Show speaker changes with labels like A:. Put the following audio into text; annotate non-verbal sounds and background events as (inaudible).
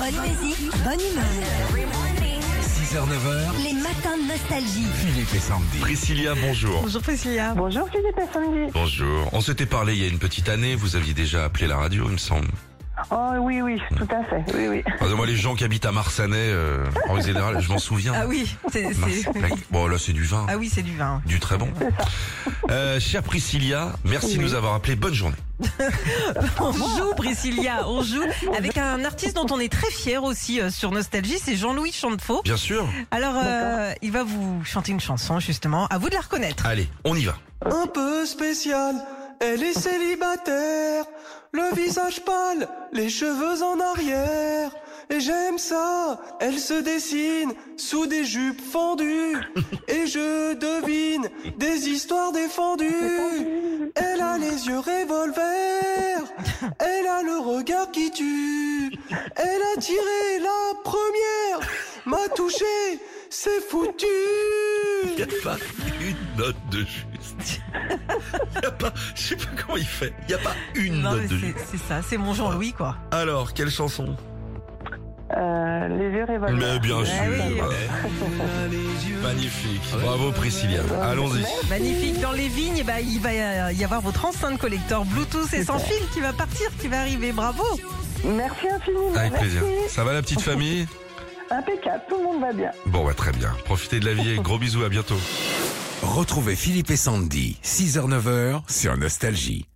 A: Bonne musique, bonne humeur.
B: 6h-9h,
A: Les matins de nostalgie.
B: Philippe et Sandy.
C: Priscilla, bonjour.
D: Bonjour Priscilla.
E: Bonjour Philippe et Sandy.
C: Bonjour. On s'était parlé il y a une petite année, vous aviez déjà appelé la radio, il me semble.
E: Oh oui, oui, tout à fait. Oui, oui.
C: Pardon, moi, les gens qui habitent à Marsanais, euh, en général, je m'en souviens.
D: Ah oui, c'est,
C: Oh, Mince,
D: c'est-
C: plaque. Bon, là, c'est du vin,
D: (laughs) ah oui, c'est du vin.
C: du très bon. Euh, chère Priscilla, merci de nous avoir appelé. Bonne journée. Oh.
D: On joue Priscilla, on joue avec un artiste dont on est très fier aussi euh, sur Nostalgie, c'est Jean-Louis Chantefaux.
C: Bien sûr.
D: Alors, euh, il va vous chanter une chanson justement, à vous de la reconnaître.
C: Allez, on y va.
F: un peu spéciale. Elle est célibataire, le visage pâle, les cheveux en arrière. Et j'aime ça, elle se dessine sous des jupes fendues. Et je devine des histoires défendues. Elle a les yeux revolver, elle a le regard qui tue. Elle a tiré la première, m'a touché, c'est foutu.
C: Il n'y a pas une note de juste. (laughs) Il n'y a pas, je sais pas comment il fait, il n'y a pas une
D: Non, mais
C: note de Oh. juste.
D: c'est, c'est ça, c'est mon Jean-Louis quoi.
C: Alors, quelle chanson
E: Euh, les yeux revolver.
C: Mais bien
D: Ah
C: sûr.
D: oui.
E: (laughs)
C: Magnifique. Bravo Priscilla. Allons-y.
D: Magnifique, dans les vignes, eh ben, il va euh, y avoir votre enceinte collector Bluetooth et sans fil qui va partir, qui va arriver, bravo.
E: Merci infiniment.
C: Avec
E: Merci.
C: plaisir. Ça va la petite famille
E: Impeccable, tout le monde va bien.
C: Bon, bah, très bien. Profitez de la vie et gros bisous, à bientôt.
B: Retrouvez Philippe et Sandy, 6h-9h, sur Nostalgie.